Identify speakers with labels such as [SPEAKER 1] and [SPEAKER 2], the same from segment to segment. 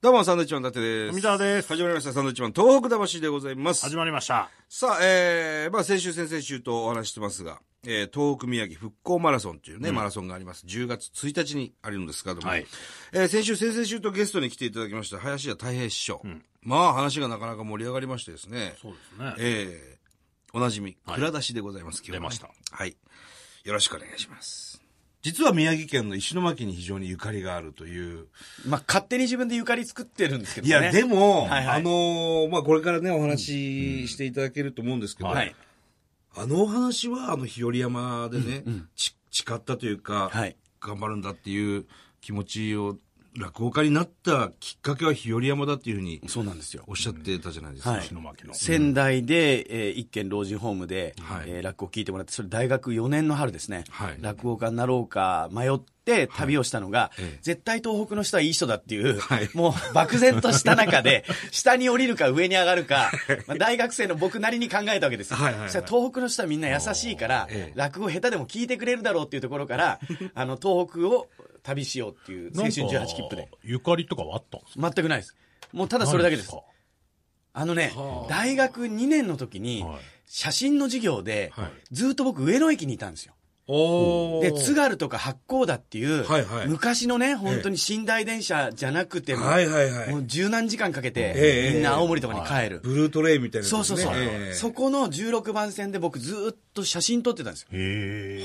[SPEAKER 1] どうも、サンドイッチマン伊達です。
[SPEAKER 2] 富澤です
[SPEAKER 1] 始まりました、サンドイッチマン東北魂でございます。
[SPEAKER 2] 始まりました。
[SPEAKER 1] さあ、えー、まあ先週、先々週とお話ししてますが、えー、東北宮城復興マラソンというね、マラソンがあります。10月1日にあるんですけども、
[SPEAKER 2] はい
[SPEAKER 1] えー先週、先々週とゲストに来ていただきました、林家太平師匠。まあ話がなかなか盛り上がりましてですね、
[SPEAKER 2] そうですね。
[SPEAKER 1] えー、おなじみ、
[SPEAKER 2] い
[SPEAKER 1] 蔵出しでございます、今日はね
[SPEAKER 2] 出ました。
[SPEAKER 1] はい。よろしくお願いします。実は宮城県の石巻に非常にゆかりがあるという、
[SPEAKER 3] まあ、勝手に自分でゆかり作ってるんですけど
[SPEAKER 1] い
[SPEAKER 3] ね。
[SPEAKER 1] や、でも、
[SPEAKER 3] はいはい
[SPEAKER 1] あのーまあ、これからね、お話ししていただけると思うんですけど、
[SPEAKER 3] はい。
[SPEAKER 1] あのお話は、あの、日和山でね、ち誓ったというか、
[SPEAKER 3] はい
[SPEAKER 1] 頑張るんだっていう気持ちを、落語家になったきっかけは日和山だっていうふうに
[SPEAKER 3] そうなんですよ
[SPEAKER 1] お。っしゃってたじゃないですか。
[SPEAKER 3] はい
[SPEAKER 2] 篠巻の。
[SPEAKER 3] 仙台で、えー一軒老人ホームで、
[SPEAKER 1] はい
[SPEAKER 3] えー落語を聞いてもらって、それ大学4年の春ですね。
[SPEAKER 1] はい
[SPEAKER 3] 落語家になろうか迷って旅をしたのが、
[SPEAKER 1] ええ
[SPEAKER 3] 絶対東北の人はいい人だっていう、
[SPEAKER 1] はい
[SPEAKER 3] もう漠然とした中で、 下に降りるか上に上がる か、まあ、大学生の僕なりに考えたわけですよ。
[SPEAKER 1] はいはいはい
[SPEAKER 3] そしたら東北の人はみんな優しいから、
[SPEAKER 1] ええ
[SPEAKER 3] 落語下手でも聞いてくれるだろうっていうところ から、あの、東北を旅しようっていう、青春18切符で。。
[SPEAKER 2] ゆかりとかはあったんですか
[SPEAKER 3] 全くないです。もうただそれだけです。あのね、大学2年の時に
[SPEAKER 2] はい、
[SPEAKER 3] 写真の授業で
[SPEAKER 1] はい、
[SPEAKER 3] ずっと僕上野駅にいたんですよ。
[SPEAKER 1] お
[SPEAKER 3] で、津軽とか八甲田っていう
[SPEAKER 1] はいはい、
[SPEAKER 3] 昔のね、本当に寝台電車じゃなくても、
[SPEAKER 1] はいはいはい
[SPEAKER 3] もう十何時間かけ
[SPEAKER 1] ええ
[SPEAKER 3] て、みんな青森とかに帰る。
[SPEAKER 1] ブルートレイみたいなやつ
[SPEAKER 3] そ
[SPEAKER 1] で
[SPEAKER 3] う
[SPEAKER 1] す
[SPEAKER 3] そう
[SPEAKER 1] ね、
[SPEAKER 3] そう
[SPEAKER 1] え。え
[SPEAKER 3] そこの16番線で僕ずっと写真撮ってたんですよ。
[SPEAKER 2] へ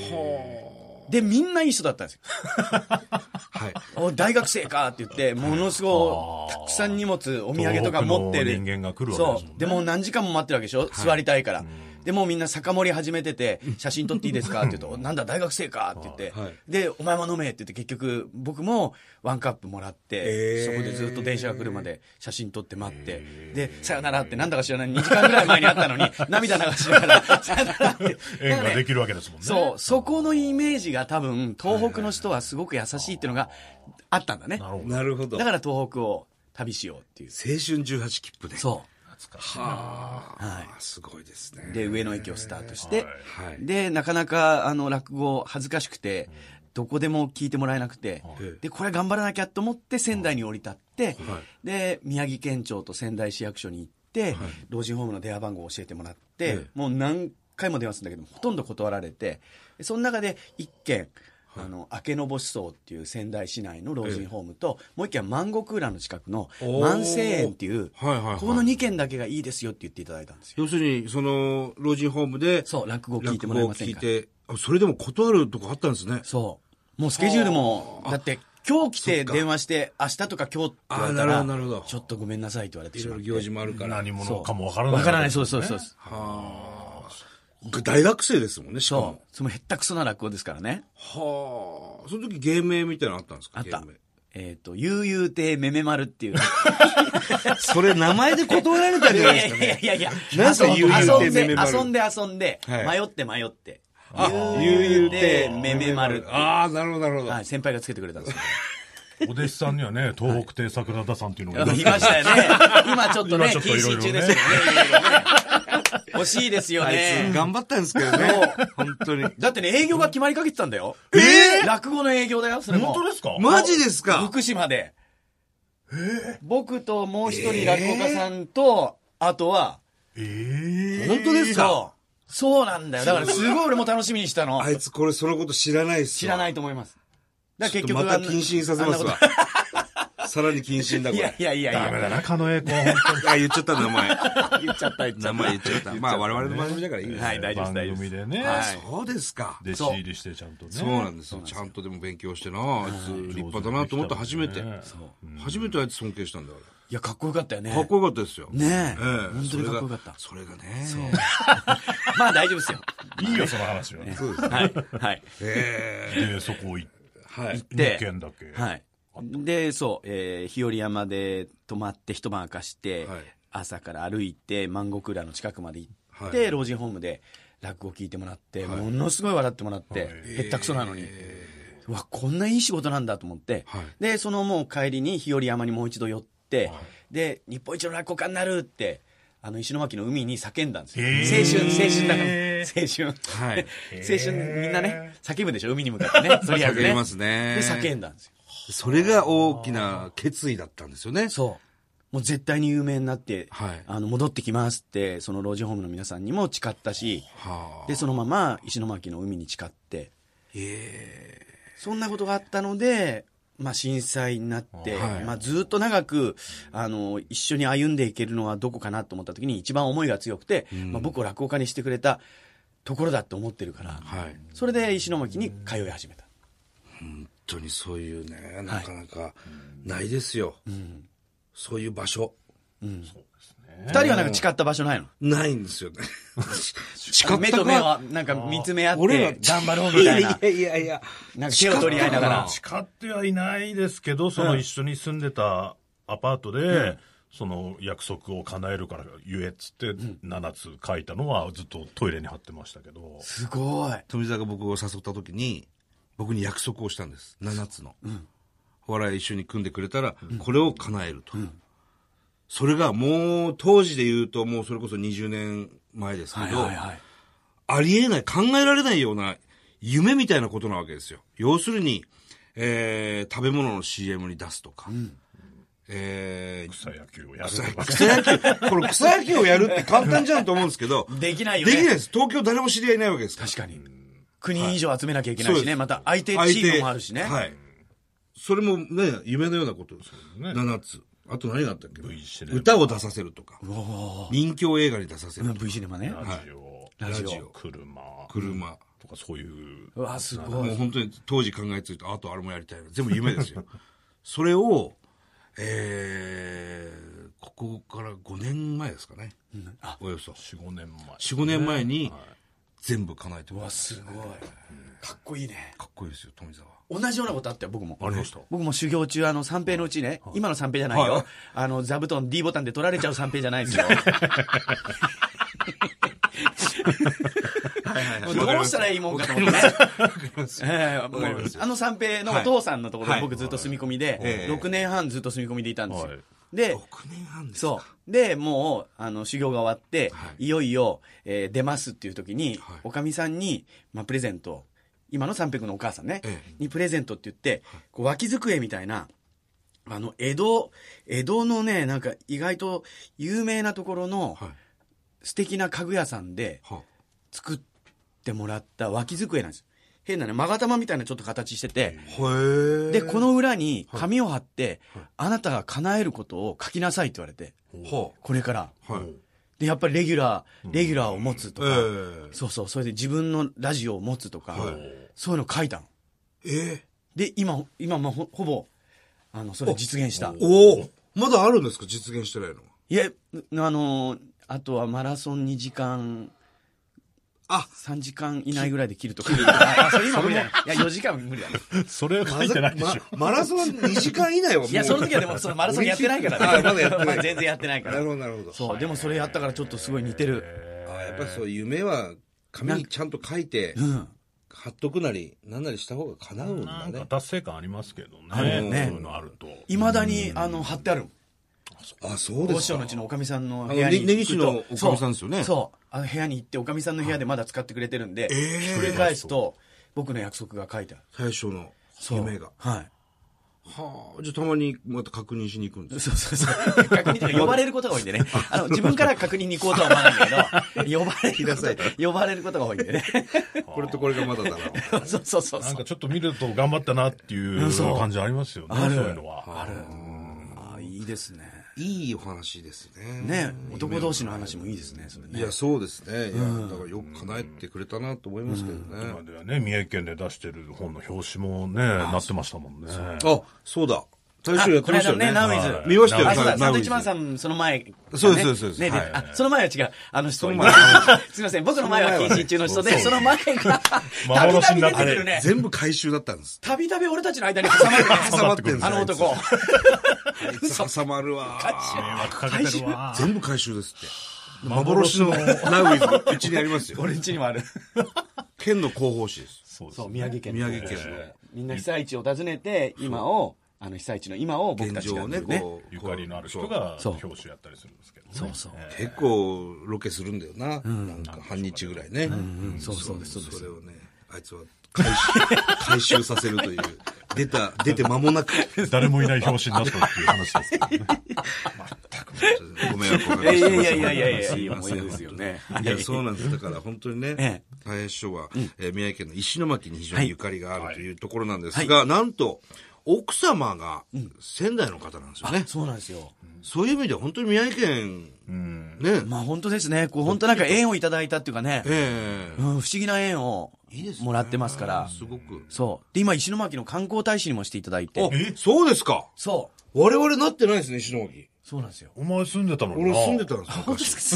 [SPEAKER 2] え。
[SPEAKER 3] で、みんないい人だったんですよ。
[SPEAKER 1] はい。
[SPEAKER 3] お大学生かって言って、ものすごい、たくさん荷物、お土産とか持っ
[SPEAKER 2] 東北
[SPEAKER 3] てる。
[SPEAKER 2] の人間が来るわけですも
[SPEAKER 3] そ
[SPEAKER 2] んね
[SPEAKER 3] う。で、もう何時間も待ってるわけでしょ座りたいから。で、もうみんな酒盛り始めてて、写真撮っていいです かって言うと、なんだ、大学生かって言って
[SPEAKER 1] はいはい、
[SPEAKER 3] で、お前も飲めって言って、結局、僕もワンカップもらっ
[SPEAKER 1] えー
[SPEAKER 3] て、そこでずっと電車が来るまで写真撮って待って、で、さよならって、なんだか知らない、2時間ぐらい前に会ったのに、涙流しながら、 さよならって。
[SPEAKER 2] 縁ができるわけですもんね。
[SPEAKER 3] そう、そこのイメージが多分、東北の人はすごく優しいっていうのがあったんだね。
[SPEAKER 2] なるほど。
[SPEAKER 1] なるほど。青
[SPEAKER 3] だから東北を旅しようっていう。
[SPEAKER 1] 春18切符で。
[SPEAKER 3] そ
[SPEAKER 1] はあ、
[SPEAKER 3] は
[SPEAKER 1] すごいです
[SPEAKER 3] う。
[SPEAKER 1] ね。
[SPEAKER 3] で、上野駅をスタートして、
[SPEAKER 1] はい。
[SPEAKER 3] で、なかなか、あの、落語恥ずかしくて、どこでも聞いてもらえなくて、
[SPEAKER 1] い
[SPEAKER 3] で、これ頑張らなきゃと思って仙台に降り立って、で、宮城県庁と仙台市役所に行って、老人ホームの電話番号を教えてもらって、
[SPEAKER 1] え
[SPEAKER 3] もう何回も電話するんだけど、ほとんど断られて、でその中で一軒、あの、明けのぼし荘っていう仙台市内の老人ホームと、もう一軒は万石浦の近くの
[SPEAKER 1] おー
[SPEAKER 3] 万世園っていう、
[SPEAKER 1] はいはいはい
[SPEAKER 3] ここの2軒だけがいいですよって言っていただいたんですよ。
[SPEAKER 1] 要するに、その、老人ホームで、
[SPEAKER 3] そう、落語聞い
[SPEAKER 1] 落
[SPEAKER 3] てもら
[SPEAKER 1] 語
[SPEAKER 3] え
[SPEAKER 1] を
[SPEAKER 3] ませ
[SPEAKER 1] 聞
[SPEAKER 3] ん
[SPEAKER 1] い
[SPEAKER 3] か
[SPEAKER 1] て、あそれでも断るとこあったんですね。
[SPEAKER 3] そう。もうスケジュールも、だって、今日来て電話して、明日とか今日って言われた
[SPEAKER 1] あーなる
[SPEAKER 3] ら、
[SPEAKER 1] ほどなるほど
[SPEAKER 3] ちょっとごめんなさいって言われて
[SPEAKER 1] い
[SPEAKER 3] し
[SPEAKER 1] ろ
[SPEAKER 3] ま
[SPEAKER 1] いうろ。行事もあるから。
[SPEAKER 2] 何
[SPEAKER 3] そ
[SPEAKER 2] 者
[SPEAKER 3] う
[SPEAKER 2] かもわからない。
[SPEAKER 3] わからない、そうそうそうそう。
[SPEAKER 1] 大学生ですもんね、しか
[SPEAKER 3] そ
[SPEAKER 1] も。
[SPEAKER 3] う。そのへったくそな落語ですからね。
[SPEAKER 1] はあ。その時芸名みたいなのあったんですか
[SPEAKER 3] あった
[SPEAKER 1] 芸名。
[SPEAKER 3] えっと、悠々亭めめ丸っていう。
[SPEAKER 1] それ名前で断られたん
[SPEAKER 3] い
[SPEAKER 1] じゃないです
[SPEAKER 3] や
[SPEAKER 1] か ね。
[SPEAKER 3] いやいやいや、
[SPEAKER 1] なんすか
[SPEAKER 3] 遊ん
[SPEAKER 1] 悠々亭めめ丸
[SPEAKER 3] 遊んで遊んで、
[SPEAKER 1] はい
[SPEAKER 3] 迷って迷って。
[SPEAKER 1] あ
[SPEAKER 3] 悠々亭めめ丸っていう。
[SPEAKER 1] ああ、なるほど、なるほど。
[SPEAKER 3] はい、先輩がつけてくれたん ですよ。
[SPEAKER 2] お弟子さんにはね、東北亭桜田さんっていうのが
[SPEAKER 3] いま
[SPEAKER 2] い
[SPEAKER 3] し
[SPEAKER 2] ました
[SPEAKER 3] たよね。今ちょっとね、
[SPEAKER 2] 今ちょっと
[SPEAKER 3] 禁
[SPEAKER 2] いろい
[SPEAKER 3] 止
[SPEAKER 2] ろね
[SPEAKER 3] 中ですよね。惜しいです よ
[SPEAKER 1] あい
[SPEAKER 3] ね
[SPEAKER 1] つ。頑張ったんですけどね。 本当に。
[SPEAKER 3] だってね、営業が決まりかけてたんだよ。
[SPEAKER 1] えー
[SPEAKER 3] 落語の営業だよ、それも。
[SPEAKER 2] 本当ですか
[SPEAKER 1] マジですか
[SPEAKER 3] 福島で。僕ともう一人落語家さんと、あとは、
[SPEAKER 2] ええ。
[SPEAKER 1] 本当ですか
[SPEAKER 3] そうそうなんだよ。だからすごい俺も楽しみにしたの
[SPEAKER 1] あ。いつこれそのこと知らないっす。
[SPEAKER 3] 知らないいと思います。だから
[SPEAKER 1] ちょっと
[SPEAKER 3] 結局
[SPEAKER 1] ま
[SPEAKER 3] あ
[SPEAKER 1] た
[SPEAKER 3] んな
[SPEAKER 1] 謹慎させますわ。さらに謹慎だ、
[SPEAKER 3] あんなこと
[SPEAKER 1] こ
[SPEAKER 3] い
[SPEAKER 1] れ
[SPEAKER 3] や。いやいやい
[SPEAKER 2] ダメだ
[SPEAKER 3] や。
[SPEAKER 2] な、狩野英孝。本
[SPEAKER 1] あ、言っちゃった、名前。
[SPEAKER 3] 言っちゃった、言っちゃ
[SPEAKER 1] 名
[SPEAKER 3] っ
[SPEAKER 1] 前言っちゃった。まあ、我々の番組だからいいです。
[SPEAKER 3] はい大丈夫です
[SPEAKER 2] 当に番組でね、
[SPEAKER 3] 大丈夫ですはい
[SPEAKER 1] そうですか。
[SPEAKER 2] 弟子入りしてちゃんとね。
[SPEAKER 1] そうなんですよ。ちゃんとでも勉強してな、あいつ立派だなと思った初めて。初めてあいつ尊敬したんだか
[SPEAKER 3] た。いや、かっこよかったよね。
[SPEAKER 1] ら。かっこよかったですよ。
[SPEAKER 3] ね
[SPEAKER 1] ええ
[SPEAKER 3] え。本当にかっこよかった。
[SPEAKER 1] それがそれがね。
[SPEAKER 3] まあ大丈夫ですよ。
[SPEAKER 2] いいよ、その話は。
[SPEAKER 1] そうですね。
[SPEAKER 3] はい。はい。
[SPEAKER 1] え
[SPEAKER 2] で、そこ行っ
[SPEAKER 1] えはい。
[SPEAKER 3] で
[SPEAKER 2] 2軒だけ。
[SPEAKER 3] はい。で、そう、えー日和山で泊まって一晩明かして、
[SPEAKER 1] はい
[SPEAKER 3] 朝から歩いて、万石浦の近くまで行って、
[SPEAKER 1] はい
[SPEAKER 3] 老人ホームで落語聞いてもらって、ものすごい笑ってもらって、へったくそなのに。うわ、こんないい仕事なんだと思って、
[SPEAKER 1] はい
[SPEAKER 3] で、そのもう帰りに日和山にもう一度寄って、で、日本一の落語家になるって、あの、石巻の海に叫んだんですよ。
[SPEAKER 2] へ
[SPEAKER 3] 青
[SPEAKER 2] ー
[SPEAKER 3] 春、青春 だから、青春。
[SPEAKER 1] はい。
[SPEAKER 3] 青春みんなね、叫ぶでしょ、海に向かってね。とりあえず
[SPEAKER 1] 叫
[SPEAKER 3] ね。
[SPEAKER 1] びますね
[SPEAKER 3] で、叫んだんですよ。
[SPEAKER 1] それが大きな決意だったんですよね。
[SPEAKER 3] そう。もう絶対に有名になって、
[SPEAKER 1] はい
[SPEAKER 3] あの、戻ってきますって、その老人ホームの皆さんにも誓ったし、
[SPEAKER 1] はあ。
[SPEAKER 3] で、そのまま石巻の海に誓って、
[SPEAKER 1] え
[SPEAKER 3] そんなことがあったので、まあ、震災になって、
[SPEAKER 1] はい
[SPEAKER 3] まあ、ずっと長く、あの、一緒に歩んでいけるのはどこかなと思った時に一番思いが強くて、
[SPEAKER 1] ん
[SPEAKER 3] まあ、僕を落語家にしてくれたところだと思ってるから、
[SPEAKER 1] えはい。
[SPEAKER 3] それで石巻に通い始めた。
[SPEAKER 1] 本当にそういうね、なかなかないですよ。そういう場所。
[SPEAKER 3] 二、人はなんか誓った場所ないの
[SPEAKER 1] ないん ですよね。誓
[SPEAKER 3] 目と目は、なんか見つめ合っ
[SPEAKER 1] 俺ら
[SPEAKER 3] て、頑張ろうみたいな。
[SPEAKER 1] やいやいや。
[SPEAKER 3] なんか手を取り合いながら。
[SPEAKER 2] 誓ってはいないですけど、その一緒に住んでたアパートで、その約束を叶えるから言えっつって、7つ書いたのはずっとトイレに貼ってましたけど。
[SPEAKER 3] すごい。
[SPEAKER 1] 富澤が僕を誘った時に、僕に約束をしたんです。7つの。お笑い一緒に組んでくれたら、これを叶えると。それがもう当時で言うともうそれこそ20年前ですけど、
[SPEAKER 3] い。
[SPEAKER 1] ありえない、考えられないような夢みたいなことなわけですよ。要するに、えー、食べ物の CM に出すとか、えー、
[SPEAKER 2] 草野球をやるとか。
[SPEAKER 1] 草野球、これ草野球をやるって簡単じゃんと思うんですけど、
[SPEAKER 3] できないよ
[SPEAKER 1] で
[SPEAKER 3] ね。
[SPEAKER 1] きないです。東京誰も知り合いいないわけですから。
[SPEAKER 3] 確かに。国以上集めなきゃいけない
[SPEAKER 1] は
[SPEAKER 3] し
[SPEAKER 1] い
[SPEAKER 3] ね。
[SPEAKER 1] そうです
[SPEAKER 3] また相手チームもあるしね。
[SPEAKER 1] はい。それもね、夢のようなことです
[SPEAKER 2] ね
[SPEAKER 1] よね。7つ。あと何があったっけ
[SPEAKER 2] V シネマ
[SPEAKER 1] 歌を出させるとか、
[SPEAKER 3] おお。
[SPEAKER 1] 人形映画に出させるとか、
[SPEAKER 3] V シネマね。
[SPEAKER 2] ラジオ、
[SPEAKER 1] ラジオ
[SPEAKER 2] 車
[SPEAKER 1] 車。
[SPEAKER 2] とかそういう。
[SPEAKER 3] うわ、すご
[SPEAKER 1] もう
[SPEAKER 3] い。
[SPEAKER 1] 本当に当時考えついた、あとあれもやりたいな。全部夢ですよ。それを、えー、ここから5年前ですかね。
[SPEAKER 3] あ、
[SPEAKER 1] およそ。
[SPEAKER 2] 4、5年前。
[SPEAKER 1] 4、5年前に、全部叶えて
[SPEAKER 3] う
[SPEAKER 1] ま
[SPEAKER 3] わ、
[SPEAKER 1] す。
[SPEAKER 3] すごい。かっこいいね。
[SPEAKER 1] かっこいいですよ、富澤。
[SPEAKER 3] 同じようなことあったよ、僕も。
[SPEAKER 2] ありました。
[SPEAKER 3] 僕も修行中、あの、三平のうちね、今の三平じゃない
[SPEAKER 1] は
[SPEAKER 3] よ
[SPEAKER 1] い。
[SPEAKER 3] あの、座布団 D ボタンで取られちゃう三平じゃないですよ。もうどうしたらいいもんかと思ってね。ええも
[SPEAKER 1] わ
[SPEAKER 3] う
[SPEAKER 1] かります
[SPEAKER 3] あの三平のお父さんのところ
[SPEAKER 1] は
[SPEAKER 3] に
[SPEAKER 1] い
[SPEAKER 3] 僕ずっと住み込みで、
[SPEAKER 1] ええ
[SPEAKER 3] 6年半ずっと住み込みでいたんですよ。
[SPEAKER 2] はい
[SPEAKER 3] で、
[SPEAKER 1] 6年半ですか
[SPEAKER 3] そう。で、もう、あの、修行が終わって、
[SPEAKER 1] はい
[SPEAKER 3] い、よいよ、えー出ますっていう時に、
[SPEAKER 1] はい
[SPEAKER 3] おかみさんに、まあ、プレゼント、今の三平君のお母さんね、
[SPEAKER 1] ええ
[SPEAKER 3] にプレゼントって言って、こう脇机みたいな、あの、江戸、江戸のね、なんか意外と有名なところの
[SPEAKER 1] はい。
[SPEAKER 3] 素敵な家具屋さんで、
[SPEAKER 1] は
[SPEAKER 3] 作ってもらった脇机なんです。変なね、勾玉みたいなちょっと形してて、
[SPEAKER 1] へー
[SPEAKER 3] で、こ、の裏に紙を貼って、あなたが叶えることを書きなさいって言われて、
[SPEAKER 1] は
[SPEAKER 3] これから。
[SPEAKER 1] あはい。
[SPEAKER 3] で、やっぱりレギュラー、レギュラーを持つと
[SPEAKER 1] え
[SPEAKER 3] か、そうそう、それで自分のラジオを持つとか、
[SPEAKER 1] はい
[SPEAKER 3] そういうの書いたの。
[SPEAKER 1] ええ
[SPEAKER 3] で、今、今、まあ、ほほぼ、あの、それ実現した。
[SPEAKER 1] おおまだあるんですか実現してないのは。
[SPEAKER 3] いや、あの、あとはマラソン2時間、
[SPEAKER 1] あ
[SPEAKER 3] 3時間以内ぐらいで切るとか。 あそれ今無理だね。いや、4時間は無理だね。
[SPEAKER 2] それは書いてないでしょ。
[SPEAKER 1] まマラソン2時間以内はもう。
[SPEAKER 3] いや、その時はでも、そのマラソンやってないからね。
[SPEAKER 1] あまだやってない
[SPEAKER 3] まあ全然やってないか
[SPEAKER 1] な
[SPEAKER 3] ら。
[SPEAKER 1] るほど、なるほど。
[SPEAKER 3] そう、でもそれやったからちょっとすごい似てる。
[SPEAKER 1] あやっぱりそう、夢は紙にちゃんと書いて、
[SPEAKER 3] うん。
[SPEAKER 1] 貼っとくなり、なんなりした方が叶うん
[SPEAKER 2] な
[SPEAKER 1] だ
[SPEAKER 2] んか
[SPEAKER 1] ね。
[SPEAKER 2] 達成感ありますけどね。
[SPEAKER 3] るよね
[SPEAKER 2] そういうのあると。
[SPEAKER 3] いまだに、あの、貼ってあるもん。
[SPEAKER 1] あ、そう
[SPEAKER 3] 大
[SPEAKER 1] で
[SPEAKER 3] 師
[SPEAKER 1] す
[SPEAKER 3] 匠
[SPEAKER 1] か。
[SPEAKER 3] のうちのおかみさんの
[SPEAKER 1] あ
[SPEAKER 3] 部
[SPEAKER 1] の
[SPEAKER 3] 屋に行くと。
[SPEAKER 1] ね根岸のおかみさんですよね
[SPEAKER 3] そうそう。あの部屋に行って、おかみさんの部屋でまだ使ってくれてるんで、ひっくり返すと、僕の約束が書いてある。
[SPEAKER 1] 最初の
[SPEAKER 3] そう
[SPEAKER 1] 夢が。
[SPEAKER 3] はい。
[SPEAKER 1] はあ、じゃあたまにまた確認しに行くんです
[SPEAKER 3] そうそうそう。確認とか呼ばれることが多いんでね。あの、自分から確認に行こうとは思わないんだけ ど、呼ばれる こと、呼ばれることが多いんでね。
[SPEAKER 1] これとこれがまだだな。
[SPEAKER 3] そうそうそう
[SPEAKER 2] な
[SPEAKER 3] そ
[SPEAKER 2] ん
[SPEAKER 3] う。
[SPEAKER 2] かちょっと見ると頑張ったなっていう
[SPEAKER 3] そう
[SPEAKER 2] 感じありますよね。
[SPEAKER 3] ある
[SPEAKER 2] そういうのは。
[SPEAKER 3] ある。ああ、いいですね。
[SPEAKER 1] いいお話ですね。
[SPEAKER 3] ね男同士の話もいいですね、それね。
[SPEAKER 1] いや、そうですね。いや、だからよく叶えてくれたなと思いますけど
[SPEAKER 2] 今
[SPEAKER 1] ね。
[SPEAKER 2] ではね、三重県で出してる本の表紙もね、なってましたもんね。
[SPEAKER 1] あ、そうだ。大将や
[SPEAKER 3] あ
[SPEAKER 1] って
[SPEAKER 3] こ
[SPEAKER 1] ま
[SPEAKER 3] の
[SPEAKER 1] した
[SPEAKER 3] 間
[SPEAKER 1] よ
[SPEAKER 3] ね、
[SPEAKER 1] ね。
[SPEAKER 3] ナウイズ
[SPEAKER 2] は。い
[SPEAKER 1] 見ましたよ、
[SPEAKER 3] あ、そうだ、サンドイッチマン
[SPEAKER 1] ん。
[SPEAKER 3] さん、その前がね、
[SPEAKER 1] そうですそうです
[SPEAKER 3] ね、出て
[SPEAKER 1] はい
[SPEAKER 3] あ、その前は違う。あの人、今、 すみません、僕の前は謹慎中の人で、その前 が、たびた
[SPEAKER 2] 幻
[SPEAKER 3] び
[SPEAKER 2] にな
[SPEAKER 3] 出
[SPEAKER 2] ってて
[SPEAKER 3] く
[SPEAKER 2] る
[SPEAKER 3] るね。
[SPEAKER 1] 全部回収だったんです。
[SPEAKER 3] たびたび俺たちの間に挟まるね
[SPEAKER 1] 挟まってくるんです
[SPEAKER 3] あの男。
[SPEAKER 1] 挟まるわ。
[SPEAKER 2] 迷惑かけてるわ。
[SPEAKER 1] 全部回収ですって。幻のナウイズ、うちにありますよ。
[SPEAKER 3] 俺んちにもある。
[SPEAKER 1] 県の広報誌です。
[SPEAKER 2] そうです
[SPEAKER 3] そう、宮城県。
[SPEAKER 1] 宮城県
[SPEAKER 3] みんな被災地を訪ねて、今を、あの、被災地の今を
[SPEAKER 1] の
[SPEAKER 3] 僕た
[SPEAKER 1] 現
[SPEAKER 3] ちが
[SPEAKER 1] 状を
[SPEAKER 3] 見
[SPEAKER 1] ね、
[SPEAKER 3] るね。
[SPEAKER 1] こう。
[SPEAKER 2] ゆかりのある人が表紙やったりするんですけど、ね、そうそう、
[SPEAKER 1] 結構ロケするんだよな。なんか半日ぐらいね。
[SPEAKER 3] そうそうです、そうで す。
[SPEAKER 1] それをね、あいつは回収回収させるという。出た、出て間もなく。
[SPEAKER 2] 誰もいない表紙になったっていう話ですけどね。
[SPEAKER 1] ご迷惑をおか
[SPEAKER 3] いや
[SPEAKER 1] け
[SPEAKER 3] い
[SPEAKER 1] してます
[SPEAKER 3] やいやいやいやいや、
[SPEAKER 1] す
[SPEAKER 3] い
[SPEAKER 1] い
[SPEAKER 3] い
[SPEAKER 1] ま
[SPEAKER 3] 思い
[SPEAKER 1] せ
[SPEAKER 3] 出
[SPEAKER 1] ん。
[SPEAKER 3] ですよね。
[SPEAKER 1] いや、そうなんです。だから本当にね、
[SPEAKER 3] ええ
[SPEAKER 1] 林署は、えー宮城県の石巻に非常にゆかりがあるというところなんですが、
[SPEAKER 3] は
[SPEAKER 1] なんと、奥様が仙台の方なんですよね。
[SPEAKER 3] そうなんですよ。
[SPEAKER 1] そういう意味では本当に宮城県、
[SPEAKER 2] うん。
[SPEAKER 1] ね、
[SPEAKER 3] まあ本当ですね。こう本当なんか縁をいただいたっていうかね、うん、
[SPEAKER 1] ええ
[SPEAKER 3] 不思議な縁を
[SPEAKER 1] いいですね
[SPEAKER 3] もらってますから。
[SPEAKER 1] すごく。
[SPEAKER 3] そう。で、今石巻の観光大使にもしていただいて
[SPEAKER 1] あ。、そうですか。
[SPEAKER 3] そう。
[SPEAKER 1] 我々なってないですね、石巻。
[SPEAKER 3] そうなんですよ。
[SPEAKER 2] お前住んでたのに
[SPEAKER 1] 俺
[SPEAKER 2] な。
[SPEAKER 1] 住んでたんです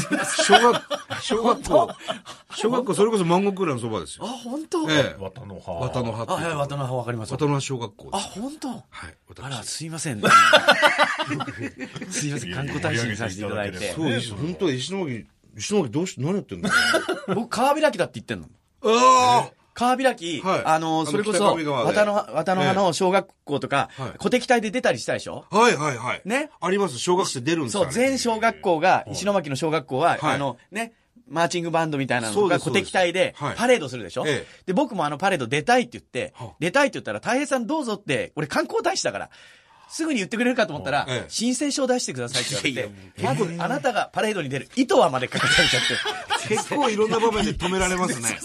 [SPEAKER 1] よ。昔小学、 小学校、小学校、それこそ万国浦のそばです
[SPEAKER 3] あ、
[SPEAKER 1] よ。
[SPEAKER 3] 本当
[SPEAKER 1] ええ。
[SPEAKER 2] 綿の葉。
[SPEAKER 1] 渡の葉って
[SPEAKER 3] あ、
[SPEAKER 1] いう
[SPEAKER 3] はい、
[SPEAKER 1] ところ
[SPEAKER 3] 渡の葉わかります。
[SPEAKER 1] 渡野小学校
[SPEAKER 3] あ、
[SPEAKER 1] です。
[SPEAKER 3] 本当
[SPEAKER 1] はい、
[SPEAKER 3] あら、
[SPEAKER 1] 私。
[SPEAKER 3] すいませ ん。すいません、観光大使にさせていただい
[SPEAKER 2] いやい
[SPEAKER 3] て
[SPEAKER 2] や。
[SPEAKER 1] そう、石本当は石巻、石巻どうして、何やって んだ
[SPEAKER 3] 僕、川開きだって言ってんの。
[SPEAKER 1] ああ
[SPEAKER 3] 川開き、
[SPEAKER 1] はい
[SPEAKER 3] あ
[SPEAKER 1] あの
[SPEAKER 3] の、それこ
[SPEAKER 1] 北
[SPEAKER 3] そ、
[SPEAKER 1] 上川で
[SPEAKER 3] 渡の葉、渡の葉の小学校とか
[SPEAKER 1] ええはい、
[SPEAKER 3] 小敵隊で出たりしたでしょ
[SPEAKER 1] はいはいはい。
[SPEAKER 3] ね
[SPEAKER 1] あります。小学生出るんです
[SPEAKER 3] そ
[SPEAKER 1] か
[SPEAKER 3] う、
[SPEAKER 1] ね
[SPEAKER 3] 全小学校が、石巻の小学校は、
[SPEAKER 1] はい
[SPEAKER 3] あの、ね、マーチングバンドみたいな
[SPEAKER 1] そ
[SPEAKER 3] の
[SPEAKER 1] うで
[SPEAKER 3] が
[SPEAKER 1] す
[SPEAKER 3] 小敵隊で
[SPEAKER 1] そうですはい
[SPEAKER 3] パレードするでしょ
[SPEAKER 1] え
[SPEAKER 3] で、僕もあのパレード出たいって言って
[SPEAKER 1] はあ、
[SPEAKER 3] 出たいって言ったら、太平さんどうぞって、俺観光大使だから、すぐに言ってくれるかと思ったら
[SPEAKER 1] ええ、
[SPEAKER 3] 申請書を出してくださいって言わ
[SPEAKER 1] いや
[SPEAKER 3] れて、まずあなたがパレードに出る意図はまで書かされちゃって。
[SPEAKER 1] 結構いろんな場面で止められます ね。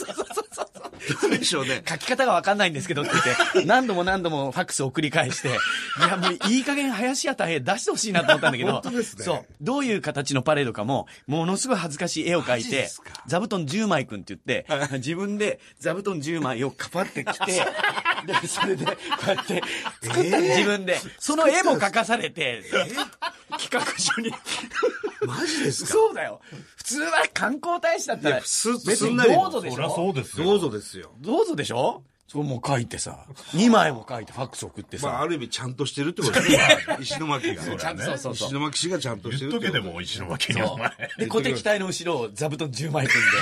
[SPEAKER 1] そうでしょうね。
[SPEAKER 3] 書き方がわかんないんですけどって言って、何度も何度もファックスを繰り返して、いや、もういい加減林家た平出してほしいなと思ったんだけど、
[SPEAKER 1] 本当ですね
[SPEAKER 3] そう。どういう形のパレードかも、ものすごい恥ずかしい絵を描
[SPEAKER 1] マ
[SPEAKER 3] い
[SPEAKER 1] ジで
[SPEAKER 3] て
[SPEAKER 1] すか、
[SPEAKER 3] 座布団10枚くんって言って、自分で座布団10枚をかパっ てきて、で、それで、こうやって、作ったの
[SPEAKER 1] えー
[SPEAKER 3] 自分で、その絵も描かされて、企画書に。
[SPEAKER 1] マジですか
[SPEAKER 3] そうだよ。普通は観光大使だったら、
[SPEAKER 1] いやす
[SPEAKER 3] 別
[SPEAKER 1] すん
[SPEAKER 3] に
[SPEAKER 1] なり
[SPEAKER 3] どうぞでし
[SPEAKER 2] そりゃ
[SPEAKER 3] ょ
[SPEAKER 2] そうですよ。
[SPEAKER 1] どうぞですよ。
[SPEAKER 3] どうぞでしょそうもう書いてさ、2枚も書いてファックス送って
[SPEAKER 1] ま
[SPEAKER 3] さ。
[SPEAKER 1] あ、ある意味ちゃんとしてるって ことですね。石巻が。
[SPEAKER 3] ちゃんとそうそうそう
[SPEAKER 1] 石巻市がちゃんとして
[SPEAKER 2] 言
[SPEAKER 1] る
[SPEAKER 2] っ
[SPEAKER 1] って
[SPEAKER 2] と
[SPEAKER 1] こと
[SPEAKER 2] けでも、石巻にお前。
[SPEAKER 3] で、小敵隊の後ろを座布団10枚組んで、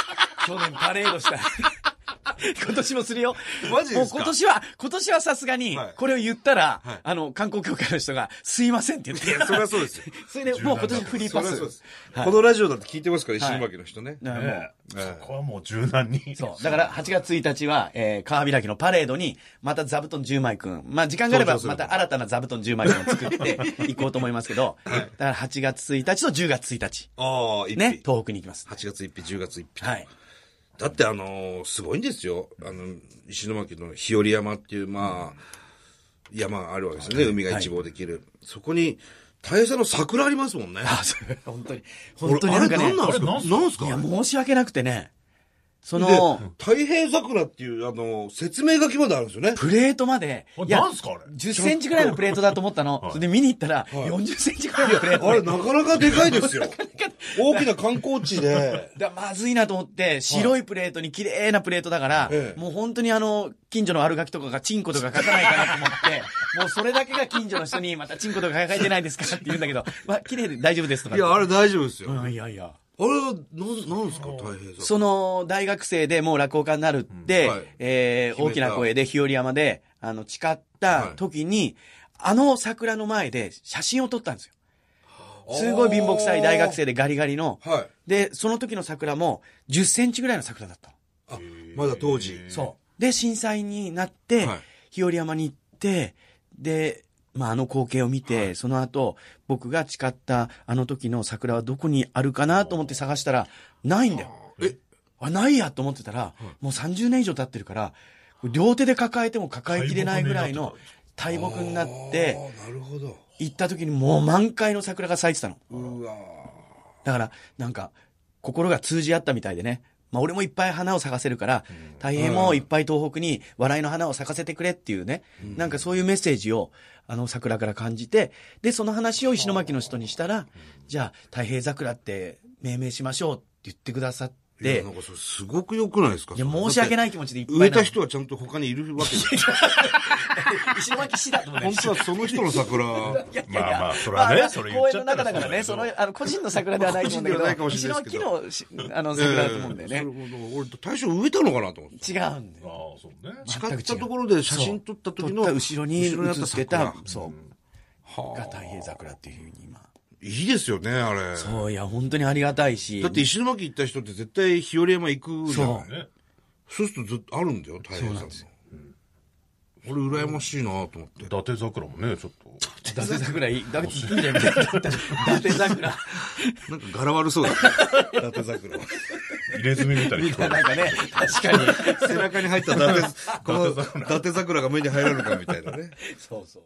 [SPEAKER 3] 去年パレードした。今年もするよ。
[SPEAKER 1] マジですか
[SPEAKER 3] もう今年は、今年はさすがに
[SPEAKER 1] はい、
[SPEAKER 3] これを言ったら、
[SPEAKER 1] はい
[SPEAKER 3] あの、観光協会の人が、すいませんって言って。
[SPEAKER 1] いやそりゃそうですよ。
[SPEAKER 3] それで、もう今年フリー
[SPEAKER 1] そ
[SPEAKER 3] パ
[SPEAKER 1] りゃ
[SPEAKER 3] ス。
[SPEAKER 1] そうです。このラジオだって聞いてますから、石巻の人ね。
[SPEAKER 3] だからもう
[SPEAKER 2] ねそこはもう柔軟に。
[SPEAKER 3] そう。だから、8月1日は、えー、川開きのパレードに、また座布団10枚くん。まあ、時間があれば、
[SPEAKER 1] そうそうそう
[SPEAKER 3] また新たな座布団10枚くんを作っていこうと思いますけど、だから8月1日と10月1日、
[SPEAKER 1] ああ、一
[SPEAKER 3] ね、
[SPEAKER 1] 日。
[SPEAKER 3] 東北に行きます。
[SPEAKER 1] 8月1日、10月1日。
[SPEAKER 3] はい。
[SPEAKER 1] だってあのーすごいんですよ。あの、石巻の日和山っていう、まあ、山があるわけですよね。海が一望できる。そこに、大佐の桜ありますもんね。
[SPEAKER 3] あ、そう本当に。本当に
[SPEAKER 1] 俺あ
[SPEAKER 3] なん
[SPEAKER 1] れ
[SPEAKER 3] かね
[SPEAKER 1] 何、なんですか
[SPEAKER 2] あれ
[SPEAKER 1] なんですか
[SPEAKER 3] い
[SPEAKER 1] あ
[SPEAKER 3] や、
[SPEAKER 1] れ
[SPEAKER 3] 申し訳なくてね、そ
[SPEAKER 1] で
[SPEAKER 3] の、、
[SPEAKER 1] 太平桜っていう、あの、説明書きまであるんですよね。
[SPEAKER 3] プレートまで、
[SPEAKER 2] あ
[SPEAKER 3] いや
[SPEAKER 2] なんすかあれ
[SPEAKER 3] 10センチぐらいのプレートだと思ったの。それで見に行ったら、40センチぐらいのプレート
[SPEAKER 1] あ
[SPEAKER 3] で
[SPEAKER 1] れ、なかなかでかいですよ。大きな観光地で。
[SPEAKER 3] だまずいなと思って、白いプレートに綺麗なプレートだから、
[SPEAKER 1] ええ
[SPEAKER 3] もう本当にあの、近所の悪ガキとかがチンコとか書かないかなと思って、 もうそれだけが近所の人に、またチンコとか書いてないですかって言うんだ けど、まあ、綺麗で大丈夫ですとか。
[SPEAKER 1] いや、あれ大丈夫ですよ。あ
[SPEAKER 3] うん、いやいや。
[SPEAKER 1] れは、なん、なんですか、太平桜。
[SPEAKER 3] その、大学生でもう落語家になるって、
[SPEAKER 1] うんはい
[SPEAKER 3] えー
[SPEAKER 1] 決めた
[SPEAKER 3] 大きな声で日和山で、あの、誓った時に、あの桜の前で写真を撮ったんですよ。すごい貧乏くさい大学生でガリガリの。
[SPEAKER 1] はい。
[SPEAKER 3] で、その時の桜も10センチぐらいの桜だった
[SPEAKER 1] あ、
[SPEAKER 3] の。
[SPEAKER 1] まだ当時。
[SPEAKER 3] そう。で、震災になって、
[SPEAKER 1] はい
[SPEAKER 3] 日和山に行って、で、まあ、あの光景を見て、その後、僕が誓ったあの時の桜はどこにあるかなと思って探したら、ないんだよ。
[SPEAKER 1] え
[SPEAKER 3] あ、ないやと思ってたら、もう30年以上経ってるから、これ両手で抱えても抱えきれないぐらいの大木になって、
[SPEAKER 1] あーなるほど。
[SPEAKER 3] 行った時にもう満開の桜が咲いてたの。
[SPEAKER 1] うわ
[SPEAKER 3] だから、なんか、心が通じ合ったみたいでね。まあ、俺もいっぱい花を咲かせるから、大変もいっぱい東北に笑いの花を咲かせてくれっていうね、なんかそういうメッセージを、あの、桜から感じて、で、その話を石巻の人にしたら、じゃあ、太平桜って命名しましょうって言ってくださっ
[SPEAKER 1] ーいや
[SPEAKER 3] て
[SPEAKER 1] な、んかそれすごく良くないですか。
[SPEAKER 3] いや、申し訳ないい気持ちでいっぱい
[SPEAKER 1] 植えた
[SPEAKER 3] な
[SPEAKER 1] 人はちゃんと他にいるわけですよ。
[SPEAKER 3] 石巻市だと思うね
[SPEAKER 1] 本当はその人の桜。
[SPEAKER 2] まあまあ、それ
[SPEAKER 3] まあ
[SPEAKER 2] は
[SPEAKER 3] あれは
[SPEAKER 2] ね、それ言っ
[SPEAKER 3] 公園
[SPEAKER 2] ちゃ
[SPEAKER 3] の
[SPEAKER 2] った
[SPEAKER 3] 中だからね、そ
[SPEAKER 2] そう
[SPEAKER 3] の
[SPEAKER 2] だけ、
[SPEAKER 3] あの、個人の桜ではないと思うんだけ
[SPEAKER 1] 個人ではないか
[SPEAKER 3] ど、
[SPEAKER 1] もしれないで
[SPEAKER 3] 石巻
[SPEAKER 1] すけど
[SPEAKER 3] のし、あの、桜だと思うんだよ
[SPEAKER 1] ええ
[SPEAKER 3] ね。
[SPEAKER 1] なるほど。俺、大将植えたのかなと思って。
[SPEAKER 3] 違うんだよ
[SPEAKER 2] ど。ああ、そうね。
[SPEAKER 1] 誓ったところで写真撮った時の。
[SPEAKER 3] 撮った後ろに映
[SPEAKER 1] 後にあ
[SPEAKER 3] ってた
[SPEAKER 1] 桜、
[SPEAKER 3] そう。が太平桜っていうふうに今。
[SPEAKER 1] いいですよね、あれ。
[SPEAKER 3] そう、いや、本当にありがたいし。
[SPEAKER 1] だって、石巻行った人って絶対日和山行くじゃない
[SPEAKER 3] そう
[SPEAKER 2] ね
[SPEAKER 1] そうするとずっとあるんだよ、太平さんも。俺羨ましいなと思って
[SPEAKER 2] 伊達桜もね、ちょっと。
[SPEAKER 3] 伊達桜いい。伊達桜いいんじゃない伊達 桜。
[SPEAKER 1] なんか柄悪そうだね伊達桜は
[SPEAKER 2] 入れ墨みたいに聞こえ
[SPEAKER 3] なんかね、 確かに。
[SPEAKER 1] 背中に入った伊達この伊達桜が目に入らぬかみたいなね
[SPEAKER 3] そうそう。